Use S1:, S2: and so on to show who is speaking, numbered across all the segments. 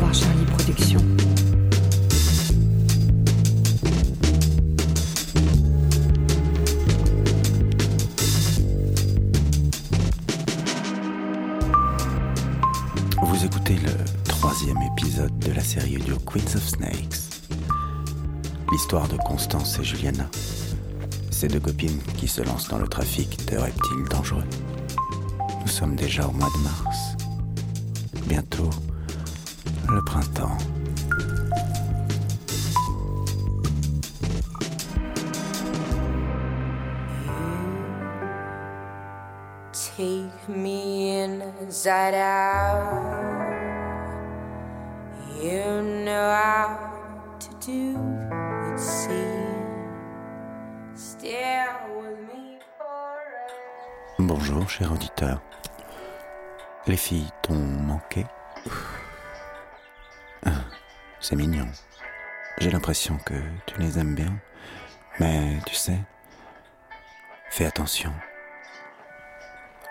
S1: par Charlie Productions.
S2: Vous écoutez le troisième épisode de la série audio Queens of Snakes. L'histoire de Constance et Juliana, ces deux copines qui se lancent dans le trafic de reptiles dangereux. Nous sommes déjà au mois de mars. Bientôt, le printemps.
S3: Take me inside out. You know how to do it. See, stare with me forever.
S2: Bonjour, cher auditeur. Les filles t'ont manqué Ah, C'est mignon. J'ai l'impression que tu les aimes bien. Mais tu sais, fais attention.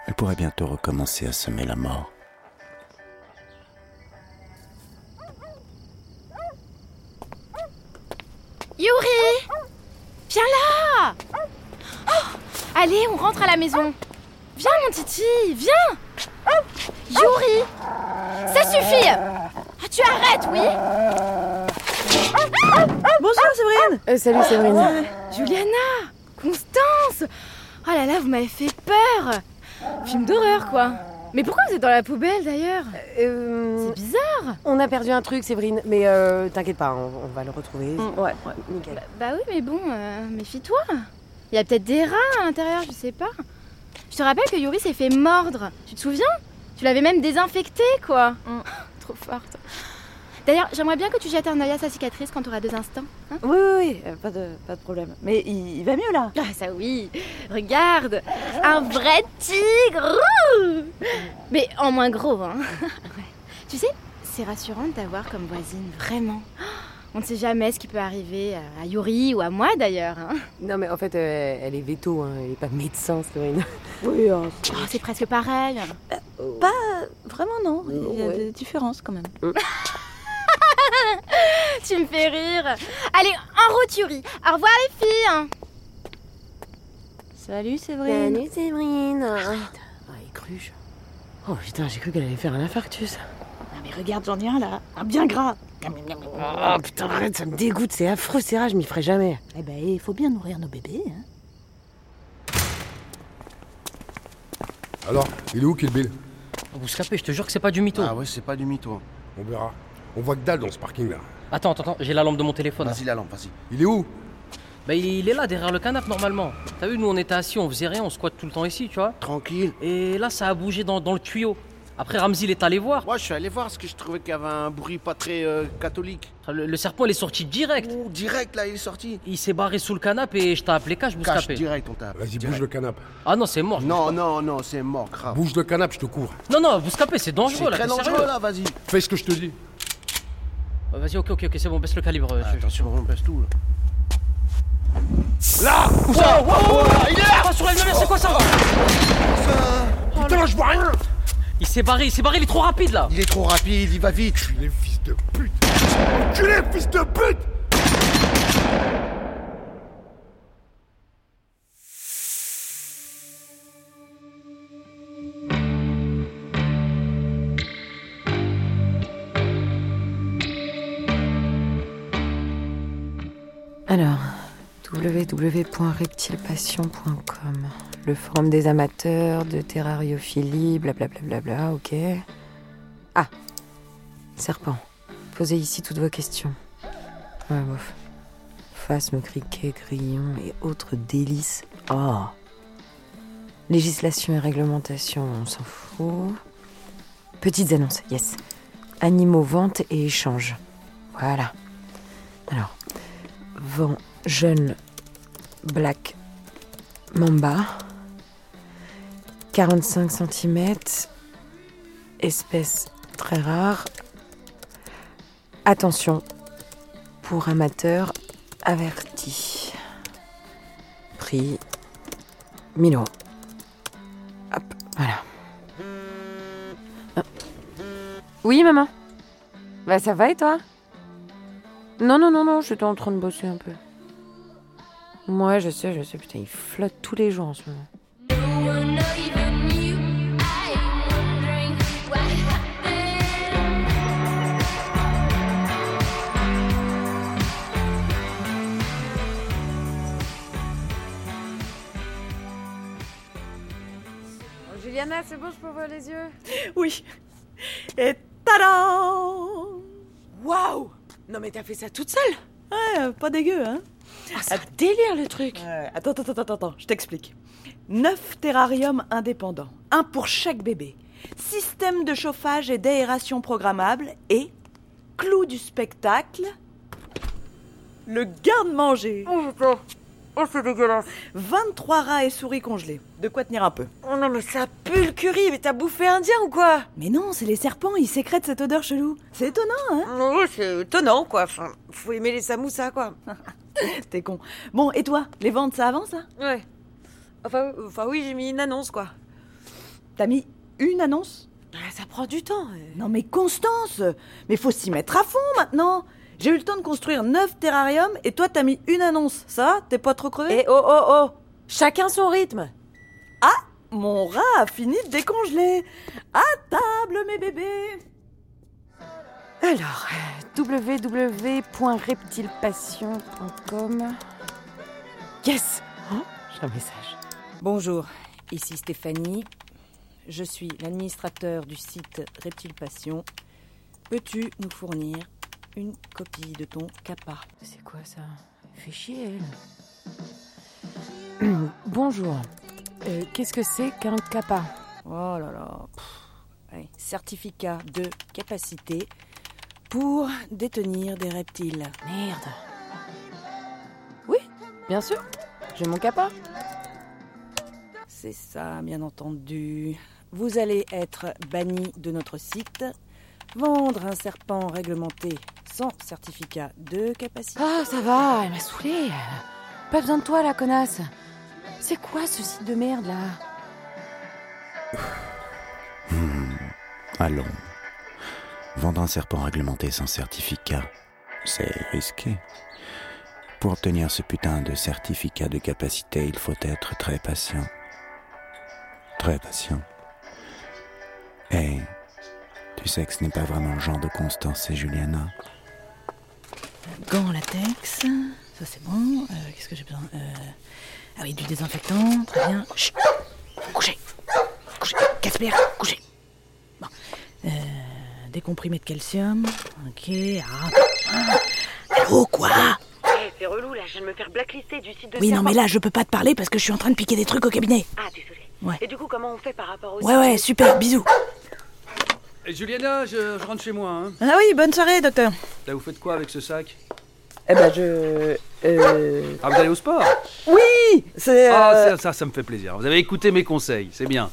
S2: Elles pourraient bientôt recommencer à semer la mort.
S4: Yuri Viens là Oh, Allez, on rentre à la maison. Viens, mon titi, viens Yuri Ça suffit Ah, Tu arrêtes, oui
S5: Bonsoir Séverine
S6: Euh, salut Séverine.
S4: Juliana Constance Oh là là, vous m'avez fait peur Film d'horreur, quoi Mais pourquoi vous êtes dans la poubelle, d'ailleurs
S6: Euh,
S4: C'est bizarre
S6: on a perdu un truc Séverine, mais euh, t'inquiète pas, on, on va le retrouver.
S5: Mm, Ouais, ouais.
S6: Nickel.
S4: Bah oui, mais bon, euh, méfie-toi Il y a peut-être des rats à l'intérieur, je sais pas. Je te rappelle que Yuri s'est fait mordre. Tu te souviens Tu l'avais même désinfecté, quoi
S5: Mm.
S4: Trop forte. D'ailleurs, j'aimerais bien que tu jettes un œil à sa cicatrice quand tu auras deux instants. hein
S5: Oui, oui, oui, euh, pas de, pas de problème. Mais il, il va mieux là
S4: ah, ça oui Regarde Un vrai tigre Ouh Mais en moins gros, hein Tu sais, c'est rassurant de t'avoir comme voisine, vraiment. On ne sait jamais ce qui peut arriver à Yuri ou à moi, d'ailleurs. hein.
S6: Non mais en fait, euh, elle est veto, hein, elle est pas médecin Séverine.
S5: Oui,
S4: Oh, c'est presque pareil
S5: pas euh, vraiment non. Il y a
S6: Ouais.
S5: des différences quand même.
S4: Tu me fais rire. Allez, en route, Yuri. Au revoir, les filles. hein.
S5: Salut
S6: Bah,
S5: Séverine.
S6: Séverine. Ah, elle cruche. Oh putain, j'ai cru qu'elle allait faire un infarctus.
S5: Ah, mais regarde, j'en ai un là, un bien gras.
S6: Oh putain, arrête, ça me dégoûte, c'est affreux, c'est rare, je m'y ferai jamais.
S5: Eh ben, il faut bien nourrir nos bébés. hein.
S7: Alors, il est où Kill Bill
S8: On vous scrapez, je te jure que c'est pas du mytho.
S9: Ah ouais, c'est pas du mytho.
S7: On verra. On voit que dalle dans ce parking là.
S8: Attends, attends, attends, j'ai la lampe de mon téléphone.
S9: Vas-y la lampe, vas-y.
S7: Il est où
S8: Bah il est là derrière le canapé normalement. T'as vu, nous on était assis, on faisait rien, on squatte tout le temps ici, tu vois.
S9: Tranquille.
S8: Et là ça a bougé dans, dans le tuyau. Après Ramzi il est allé voir.
S9: Moi, je suis allé voir parce que je trouvais qu'il y avait un bruit pas très euh, catholique.
S8: Le, le serpent il est sorti direct.
S9: Oh, direct là, il est sorti.
S8: Il s'est barré sous le canapé et je t'ai appelé cash, vous
S9: Cache
S8: scrapez.
S9: direct, on t'a.
S7: Vas-y,
S9: Direct.
S7: bouge le canapé.
S8: Ah non c'est mort.
S9: Non, non, non, c'est mort, grave.
S7: Bouge le canapé, je te couvre.
S8: Non non, vous scrapez, c'est
S9: C'est
S8: dangereux là.
S9: très
S8: t'es
S9: dangereux
S8: sérieux
S9: là, vas-y.
S7: Fais ce que je te dis.
S8: Ah, Vas-y ok ok ok c'est bon, baisse le calibre. euh, je-
S9: Attention, on baisse tout là.
S8: Wow, wow, wow, wow, il est là Pas sur la lumière, c'est quoi
S9: Oh,
S8: ça
S7: Putain, je vois rien
S8: Oh, Il s'est barré, il s'est barré, il est trop rapide là.
S9: Il est trop rapide, il va vite.
S7: Culé, fils de pute Culé, fils de pute
S6: Alors, www.reptilepassion.com, le forum des amateurs de terrariophilie, blablabla, ok. Ah, serpent. Posez ici toutes vos questions. Ouais, bof. Phasmes, criquets, grillons et autres délices. Oh Législation et réglementation, on s'en fout. Petites annonces, yes. Animaux, vente et échange. Voilà. Alors, vent jeune black mamba 45 cm espèce très rare attention pour amateurs averti prix 1000 euros hop voilà Ah. oui maman Bah ça va et toi Non, non, non, non, j'étais en train de bosser un peu. Moi, je sais, je sais, putain, il flotte tous les jours en ce moment. Juliana, c'est bon, je peux ouvrir les yeux
S1: Oui. Et tadam
S5: Waouh Non mais t'as fait ça toute seule
S1: Ouais, pas dégueu, hein
S5: C'est un délire le truc
S1: Euh, Attends, attends, attends, attends, je t'explique. Neuf terrariums indépendants, un pour chaque bébé. Système de chauffage et d'aération programmable et clou du spectacle, le garde-manger.
S6: Oh putain Oh, c'est dégueulasse
S1: 23 rats et souris congelés. De quoi tenir un peu.
S6: Oh non, mais ça pue le curry Mais t'as bouffé indien ou quoi
S1: Mais non, c'est les serpents, ils sécrètent cette odeur chelou. C'est étonnant, hein
S6: Non, c'est étonnant quoi Enfin, faut aimer les samoussas quoi
S1: T'es con. Bon, et toi, les ventes, ça avance, hein
S6: Ouais. Enfin, euh, enfin oui, j'ai mis une annonce quoi.
S1: T'as mis une annonce
S6: Bah, ça prend du temps. euh.
S1: Non mais Constance, mais faut s'y mettre à fond maintenant. J'ai eu le temps de construire 9 terrariums et toi t'as mis une annonce. Ça, va t'es pas trop crevé
S6: Eh oh oh oh Chacun son rythme
S1: Mon rat a fini de décongeler. À table mes bébés.
S6: Alors, euh, www.reptilepassion.com Yes Oh, J'ai un message.
S5: Bonjour, ici Stéphanie. Je suis l'administrateur du site Reptile Passion. Peux-tu nous fournir une copie de ton CAPA
S6: C'est quoi ça Fait chier, elle. Bonjour. Euh, Qu'est-ce que c'est qu'un kappa
S5: Oh là là. pff, allez, certificat de capacité pour détenir des reptiles.
S6: Merde. Oui, bien sûr. J'ai mon kappa.
S5: C'est ça, bien entendu. Vous allez être banni de notre site. Vendre un serpent réglementé sans certificat de capacité.
S6: Ah, ça va, elle m'a saoulée. Pas besoin de toi, la connasse. C'est quoi ce site de merde, là
S2: Allons. Vendre un serpent réglementé sans certificat, c'est risqué. Pour obtenir ce putain de certificat de capacité, il faut être très patient. Très patient. Et tu sais que ce n'est pas vraiment le genre de Constance et Juliana.
S5: Gants latex, ça c'est bon. Euh, Qu'est-ce que j'ai besoin Euh, Ah oui, du désinfectant, très bien. Chut Couchez Couchez Casper, couchez Bon. Euh, des comprimés de calcium. Ok. Ah. Ah. Allô, quoi
S10: C'est Eh, relou là, je viens de me faire blacklister du site de
S5: Oui, non,
S10: serpent.
S5: mais là, je peux pas te parler parce que je suis en train de piquer des trucs au cabinet.
S10: Ah, désolé.
S5: Ouais.
S10: Et du coup, comment on fait par rapport au
S5: Ouais, ouais, super, bisous.
S9: Juliana, je, rentre chez moi. hein.
S1: Ah oui, bonne soirée docteur.
S9: Là, vous faites quoi avec ce sac
S1: Eh ben je euh...
S9: Ah, vous allez au sport
S1: Oui, c'est
S9: Ah,
S1: euh,
S9: ça, ça, ça me fait plaisir. Vous avez écouté mes conseils, c'est bien.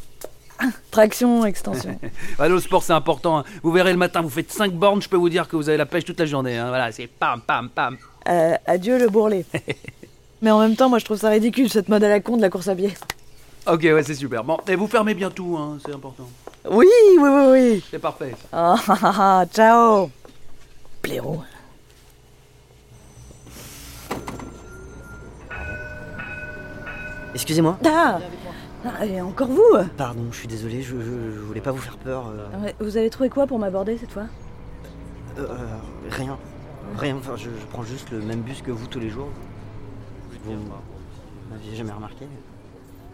S1: traction extension.
S9: Bah, Allez au sport, c'est important. hein. Vous verrez le matin, vous faites 5 bornes, je peux vous dire que vous avez la pêche toute la journée. hein. Voilà, c'est pam, pam, pam.
S1: Euh, adieu le bourrelet. Mais en même temps, moi je trouve ça ridicule cette mode à la con de la course à pied.
S9: Ok, ouais, c'est super. Bon, et vous fermez bien tout, hein, c'est important.
S1: Oui, oui, oui, oui.
S9: C'est parfait. ça.
S1: Ah, ah, ah, ah, ciao. Blaireau.
S11: Excusez-moi.
S1: Ah, Ah, et encore vous
S11: Pardon, je suis désolé, je, je- je voulais pas vous faire peur. euh,
S1: Vous avez trouvé quoi pour m'aborder cette fois
S11: euh, euh, rien. Rien, enfin, je, je prends juste le même bus que vous tous les jours. Vous m'aviez jamais remarqué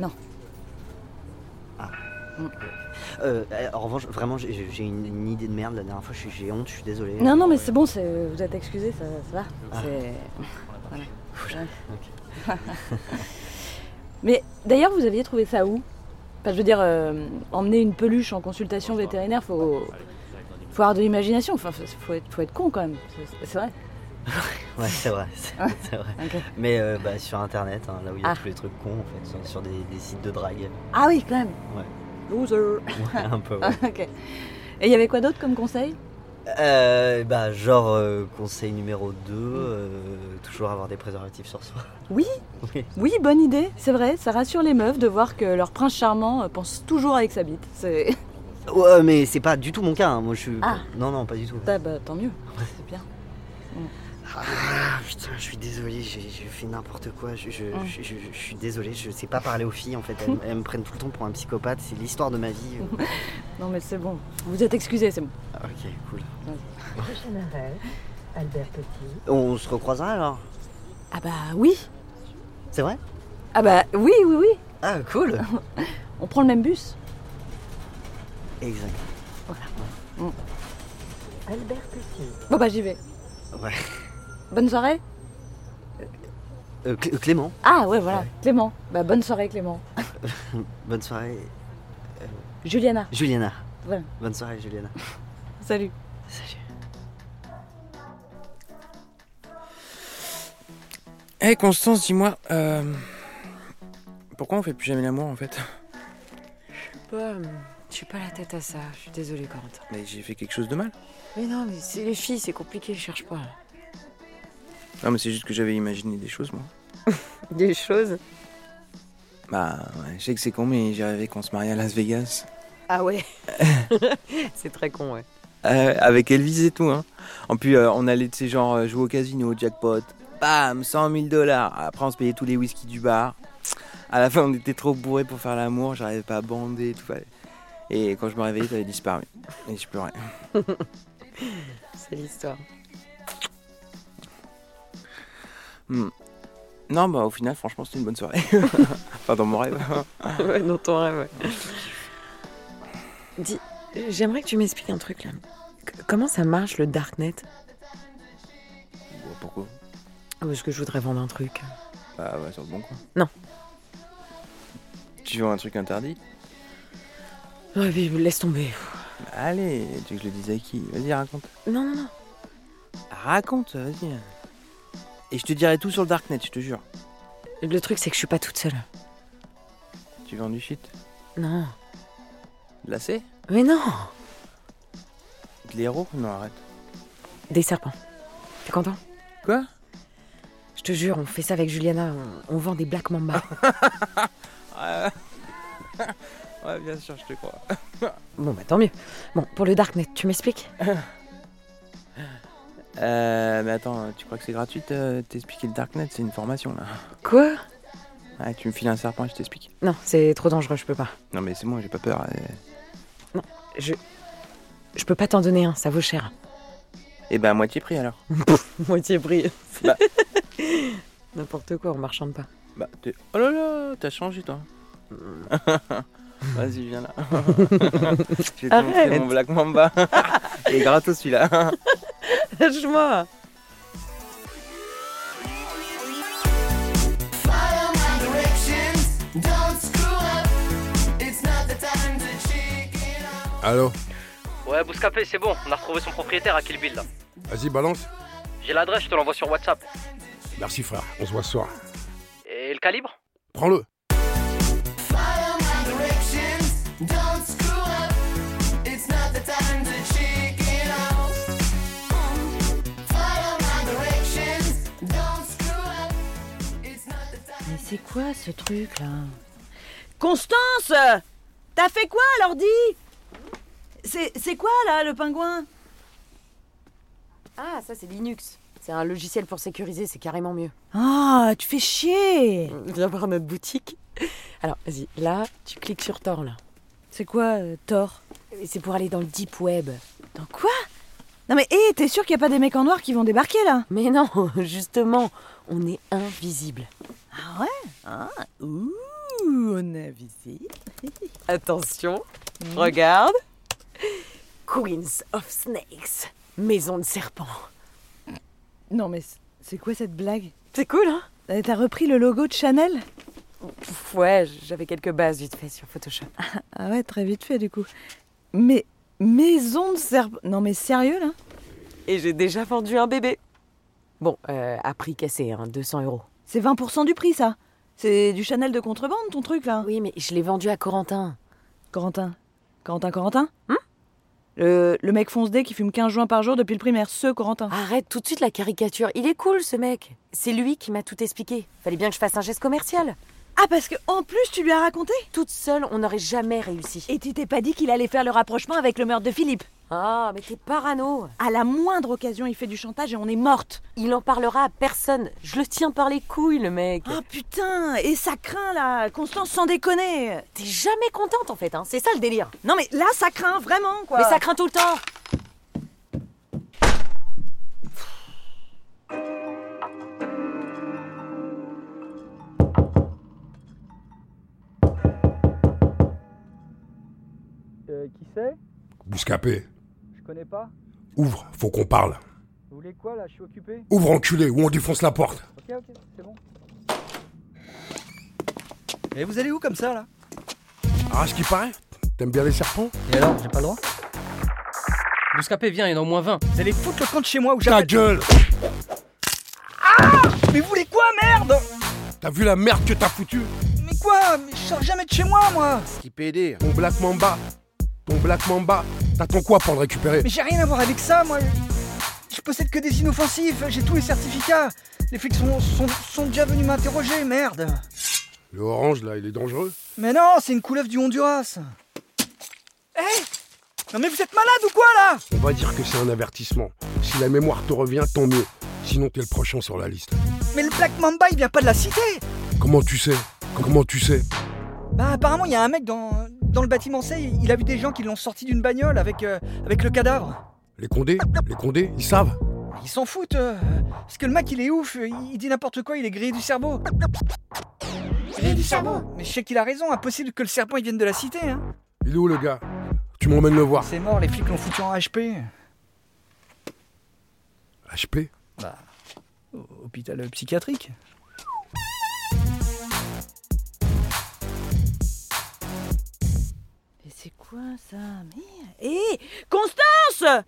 S1: Non.
S11: Ah. Euh, euh, en revanche, vraiment, j'ai- j'ai j'ai une, une idée de merde la dernière fois, je suis- j'ai honte, je suis désolé.
S1: Non, non, mais c'est bon, c'est- vous êtes excusé, ça, ça va. C'est- voilà. mais d'ailleurs, vous aviez trouvé ça où Enfin, je veux dire, euh, emmener une peluche en consultation vétérinaire, faut, faut avoir de l'imagination. Enfin, faut, faut être, faut être con quand même. C'est- C'est vrai.
S11: Ouais, c'est vrai, c'est c'est vrai.
S1: ok.
S11: Mais euh, bah, sur internet, hein, là où il y a
S1: Ah.
S11: tous les trucs cons, en fait, sur, sur des, des sites de drague.
S1: Ah oui, quand même.
S11: Ouais.
S1: Loser.
S11: Ouais, un peu, ouais.
S1: ok. Et il y avait quoi d'autre comme conseil
S11: Euh, bah, genre, euh, conseil numéro 2,
S1: Mm.
S11: toujours avoir des préservatifs sur soi.
S1: Oui.
S11: Oui.
S1: Oui, bonne idée, c'est vrai, ça rassure les meufs de voir que leur prince charmant euh, pense toujours avec sa bite. C'est
S11: Ouais, mais c'est pas du tout mon cas. hein. Moi, je suis.
S1: Ah.
S11: Non, non, pas du tout.
S1: Ah bah, tant mieux, c'est bien.
S11: Ah, putain, je suis désolé, j'ai j'ai fait n'importe quoi. Je, je-
S1: Mm.
S11: je- je- je suis désolé, je sais pas parler aux filles en fait. Elles, elles me prennent tout le temps pour un psychopathe. C'est l'histoire de ma vie.
S1: Non mais c'est bon, vous êtes excusé, c'est bon.
S11: Ah, ok, cool.
S1: Prochain arrêt, Albert Petit.
S11: On se recroisera alors
S1: Ah bah oui
S11: C'est vrai
S1: Ah bah oui, oui, oui
S11: Ah, cool
S1: On prend le même bus
S11: Exact.
S1: Albert Petit. Bon bah j'y vais.
S11: Ouais.
S1: Bonne soirée
S11: Euh, Clé- euh, Clément,
S1: Ah ouais, voilà, Clément. Bah bonne soirée, Clément.
S11: bonne soirée. Euh,
S1: Juliana.
S11: Juliana.
S1: Voilà.
S11: Bonne soirée, Juliana.
S1: Salut.
S2: Hé Constance, dis-moi, euh, pourquoi on fait plus jamais l'amour en fait
S6: Pas, euh, je suis pas la tête à ça. Je suis désolée, Corentin.
S2: Mais j'ai fait quelque chose de mal
S6: Mais non, mais c'est les filles, c'est compliqué. Je cherche pas.
S2: Non mais c'est juste que j'avais imaginé des choses moi.
S6: Des choses.
S2: Bah ouais, je sais que c'est con mais j'ai rêvé qu'on se marie à Las Vegas.
S6: Ah ouais. c'est très con, ouais.
S2: Euh, avec Elvis et tout hein. En plus euh, on allait tu sais genre euh, jouer au casino, au jackpot, bam, 100 000 dollars. Après on se payait tous les whisky du bar. À la fin on était trop bourrés pour faire l'amour, j'arrivais pas à bander et tout. Et quand je me réveillais t'avais disparu. Et je pleurais.
S6: C'est l'histoire.
S2: Hmm. Non bah au final franchement c'était une bonne soirée. enfin dans mon rêve.
S6: ouais, dans ton rêve, ouais. Dis, j'aimerais que tu m'expliques un truc là. C- comment ça marche le darknet
S2: Bon, pourquoi
S6: Ah, Parce que je voudrais vendre un truc.
S2: Bah ouais, sur le bon coin.
S6: Non.
S2: Tu veux un truc interdit
S6: Ouais, mais laisse tomber.
S2: Allez, tu veux que je le dise à qui Vas-y, raconte.
S6: Non, non, non.
S2: Raconte, vas-y. Et je te dirai tout sur le Darknet, je te jure.
S6: Le truc, c'est que je suis pas toute seule.
S2: Tu vends du shit
S6: Non.
S2: Lacé
S6: Mais non
S2: De l'héros Non, arrête.
S6: Des serpents. T'es content
S2: Quoi
S6: Je te jure, on fait ça avec Juliana. On, on vend des Black Mamba.
S2: Ouais, ouais, bien sûr, je te crois.
S6: bon, bah tant mieux. Bon, pour le darknet, tu m'expliques
S2: Euh, mais attends, tu crois que c'est gratuit euh, T'expliquer le Darknet, c'est une formation là.
S6: Quoi
S2: Ouais, tu me files un serpent et je t'explique.
S6: Non, c'est trop dangereux, je peux pas.
S2: Non, mais c'est bon, j'ai pas peur. euh.
S6: Non, je... Je peux pas t'en donner un, ça vaut cher.
S2: Eh ben, à moitié prix alors.
S6: Moitié prix.
S2: Bah.
S6: N'importe quoi, on marchande pas.
S2: Bah, t'es- oh là là, t'as changé toi. Vas-y, viens là. Je vais te montrer
S6: Arrête.
S2: mon Black Mamba. Il est gratos celui-là.
S6: Lâche-moi
S12: Follow my directions, don't screw up. It's not the time to chicken out.
S7: Allô
S8: Ouais, Bouscapé, c'est bon, on a retrouvé son propriétaire à Kill Bill là.
S7: Vas-y, balance.
S8: J'ai l'adresse, je te l'envoie sur WhatsApp.
S7: Merci, frère. On se voit ce soir.
S8: Et le calibre
S7: Prends-le.
S12: Follow my directions, don't screw up. It's not the time to chicken out. Follow my directions, don't screw up. It's not the time.
S13: Mais c'est quoi ce truc là
S1: Constance T'as fait quoi à l'ordi C'est c'est quoi là, le pingouin
S6: Ah, ça c'est Linux. C'est un logiciel pour sécuriser, c'est carrément mieux.
S13: Ah, tu fais chier
S6: Viens voir notre boutique. Alors, vas-y, là, tu cliques sur Tor, là.
S13: C'est quoi euh, Thor
S6: Et C'est pour aller dans le deep web.
S13: Dans quoi Non mais hé, t'es sûr qu'il n'y a pas des mecs en noir qui vont débarquer là
S6: Mais non, justement, on est invisible.
S13: Ah ouais Ah, ouh, on a visé.
S6: Attention, regarde. Mm. Queens of Snakes, maison de serpents.
S1: Non mais c'est- c'est quoi cette blague
S6: C'est cool, hein
S1: Euh, T'as repris le logo de Chanel
S6: Pff, Ouais, j'avais quelques bases vite fait sur Photoshop.
S1: Ah ouais, très vite fait du coup. Mais maison de serpent... Non mais sérieux là
S6: Et j'ai déjà vendu un bébé. Bon, euh, à prix cassé, hein, 200 euros.
S1: C'est 20% du prix ça C'est du Chanel de contrebande ton truc là
S6: Oui mais je l'ai vendu à Corentin.
S1: Corentin Corentin Corentin le, le mec foncedé qui fume 15 joints par jour depuis le primaire, ce Corentin.
S6: Arrête tout de suite la caricature. Il est cool, ce mec. C'est lui qui m'a tout expliqué. Fallait bien que je fasse un geste commercial.
S1: Ah, parce que en plus, tu lui as raconté
S14: Toute seule, on n'aurait jamais réussi.
S1: Et tu t'es pas dit qu'il allait faire le rapprochement avec le meurtre de Philippe
S14: Ah, mais t'es parano
S1: À la moindre occasion, il fait du chantage et on est morte
S14: Il en parlera à personne. Je le tiens par les couilles, le mec.
S1: Ah putain Et ça craint là Constance, sans déconner
S14: T'es jamais contente en fait, hein. c'est ça le délire.
S1: Non mais là, ça craint vraiment quoi
S14: Mais ça craint tout le temps
S15: Euh, qui c'est
S7: Bouscapé.
S15: Je connais pas.
S7: Ouvre, faut qu'on parle.
S15: Vous voulez quoi là Je suis occupé.
S7: Ouvre, enculé, ou on défonce la porte.
S15: Ok, ok, c'est bon.
S16: Et vous allez où comme ça là
S7: Ah, ce qui paraît T'aimes bien les serpents
S16: Et alors, j'ai pas le droit
S8: Bouscapé, viens, il y en a au moins 20.
S16: Vous allez foutre le camp de chez moi ou
S7: Ta gueule
S16: Ah Mais vous voulez quoi, merde
S7: T'as vu la merde que t'as foutue
S16: Mais quoi Mais je sors jamais de chez moi, moi
S7: Qui pédé Ton Black Mamba Ton Black Mamba T'attends quoi pour le récupérer
S16: Mais j'ai rien à voir avec ça, moi Je possède que des inoffensifs, j'ai tous les certificats Les flics sont, sont, sont déjà venus m'interroger, merde
S7: Le orange là, il est dangereux
S16: Mais non, c'est une couleuvre du Honduras Hé
S14: Eh!
S16: Non mais vous êtes malade ou quoi, là
S7: On va dire que c'est un avertissement. Si la mémoire te revient, tant mieux. Sinon t'es le prochain sur la liste.
S16: Mais le Black Mamba, il vient pas de la cité
S7: Comment tu sais Comment tu sais
S16: Bah apparemment, il y a un mec dans, dans le bâtiment C, il a vu des gens qui l'ont sorti d'une bagnole avec, euh, avec le cadavre.
S7: Les condés Les condés, ils savent
S16: Ils s'en foutent, euh, parce que le mec il est ouf, il, il dit n'importe quoi, il est grillé du cerveau. Grillé du cerveau Mais je sais qu'il a raison, impossible que le serpent il vienne de la cité, hein.
S7: Il est où le gars Tu m'emmènes le voir.
S16: C'est mort, les flics l'ont foutu en HP.
S7: HP
S16: Bah, au- hôpital euh, psychiatrique.
S5: Et c'est quoi ça Merde
S1: Hé Constance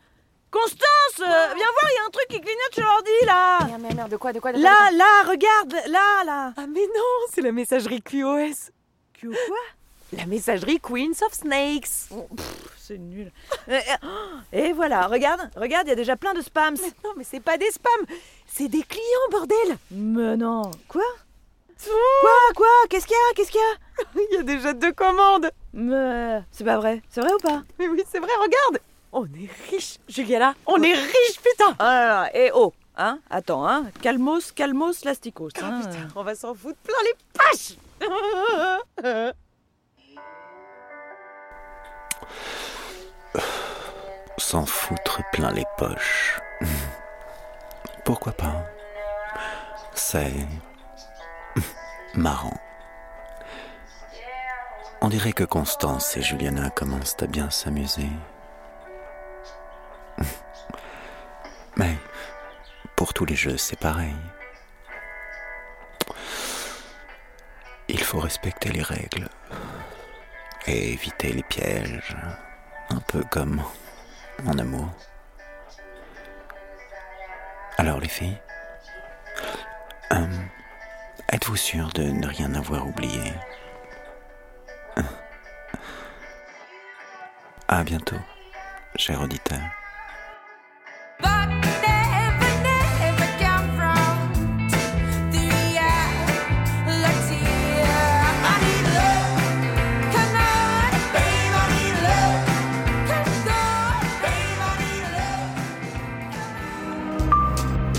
S1: Constance euh, Viens voir, il y a un truc qui clignote sur l'ordi là
S14: Merde, merde, merde, de quoi, de quoi de quoi, de
S1: Là,
S14: quoi
S1: là, regarde Là, là
S14: Ah mais non, c'est la messagerie QoS
S1: Quoi
S14: La messagerie Queens of Snakes
S1: C'est nul. Euh, euh, Et voilà, regarde, regarde, il y a déjà plein de spams.
S14: Mais non, mais c'est pas des spams, c'est des clients, bordel
S1: Mais non. Quoi Quoi Quoi Qu'est-ce qu'il y a Qu'est-ce qu'il y
S14: Il y a déjà deux commandes
S1: a Mais c'est pas vrai. C'est vrai ou pas
S14: Mais oui, c'est vrai, regarde On est riche, Juliana On est riche, putain
S1: Ah là là, et oh Hein Attends, hein Calmos, calmos, lasticos. hein.
S14: Ah, On va s'en foutre plein les paches
S2: S'en foutre plein les poches. Pourquoi pas C'est marrant. On dirait que Constance et Juliana commencent à bien s'amuser. Mais pour tous les jeux, c'est pareil. Il faut respecter les règles et éviter les pièges, un peu comme en amour. Alors les filles, euh, êtes-vous sûres de ne rien avoir oublié À Ah, bientôt, cher auditeur.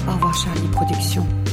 S12: Au revoir Charlie Productions.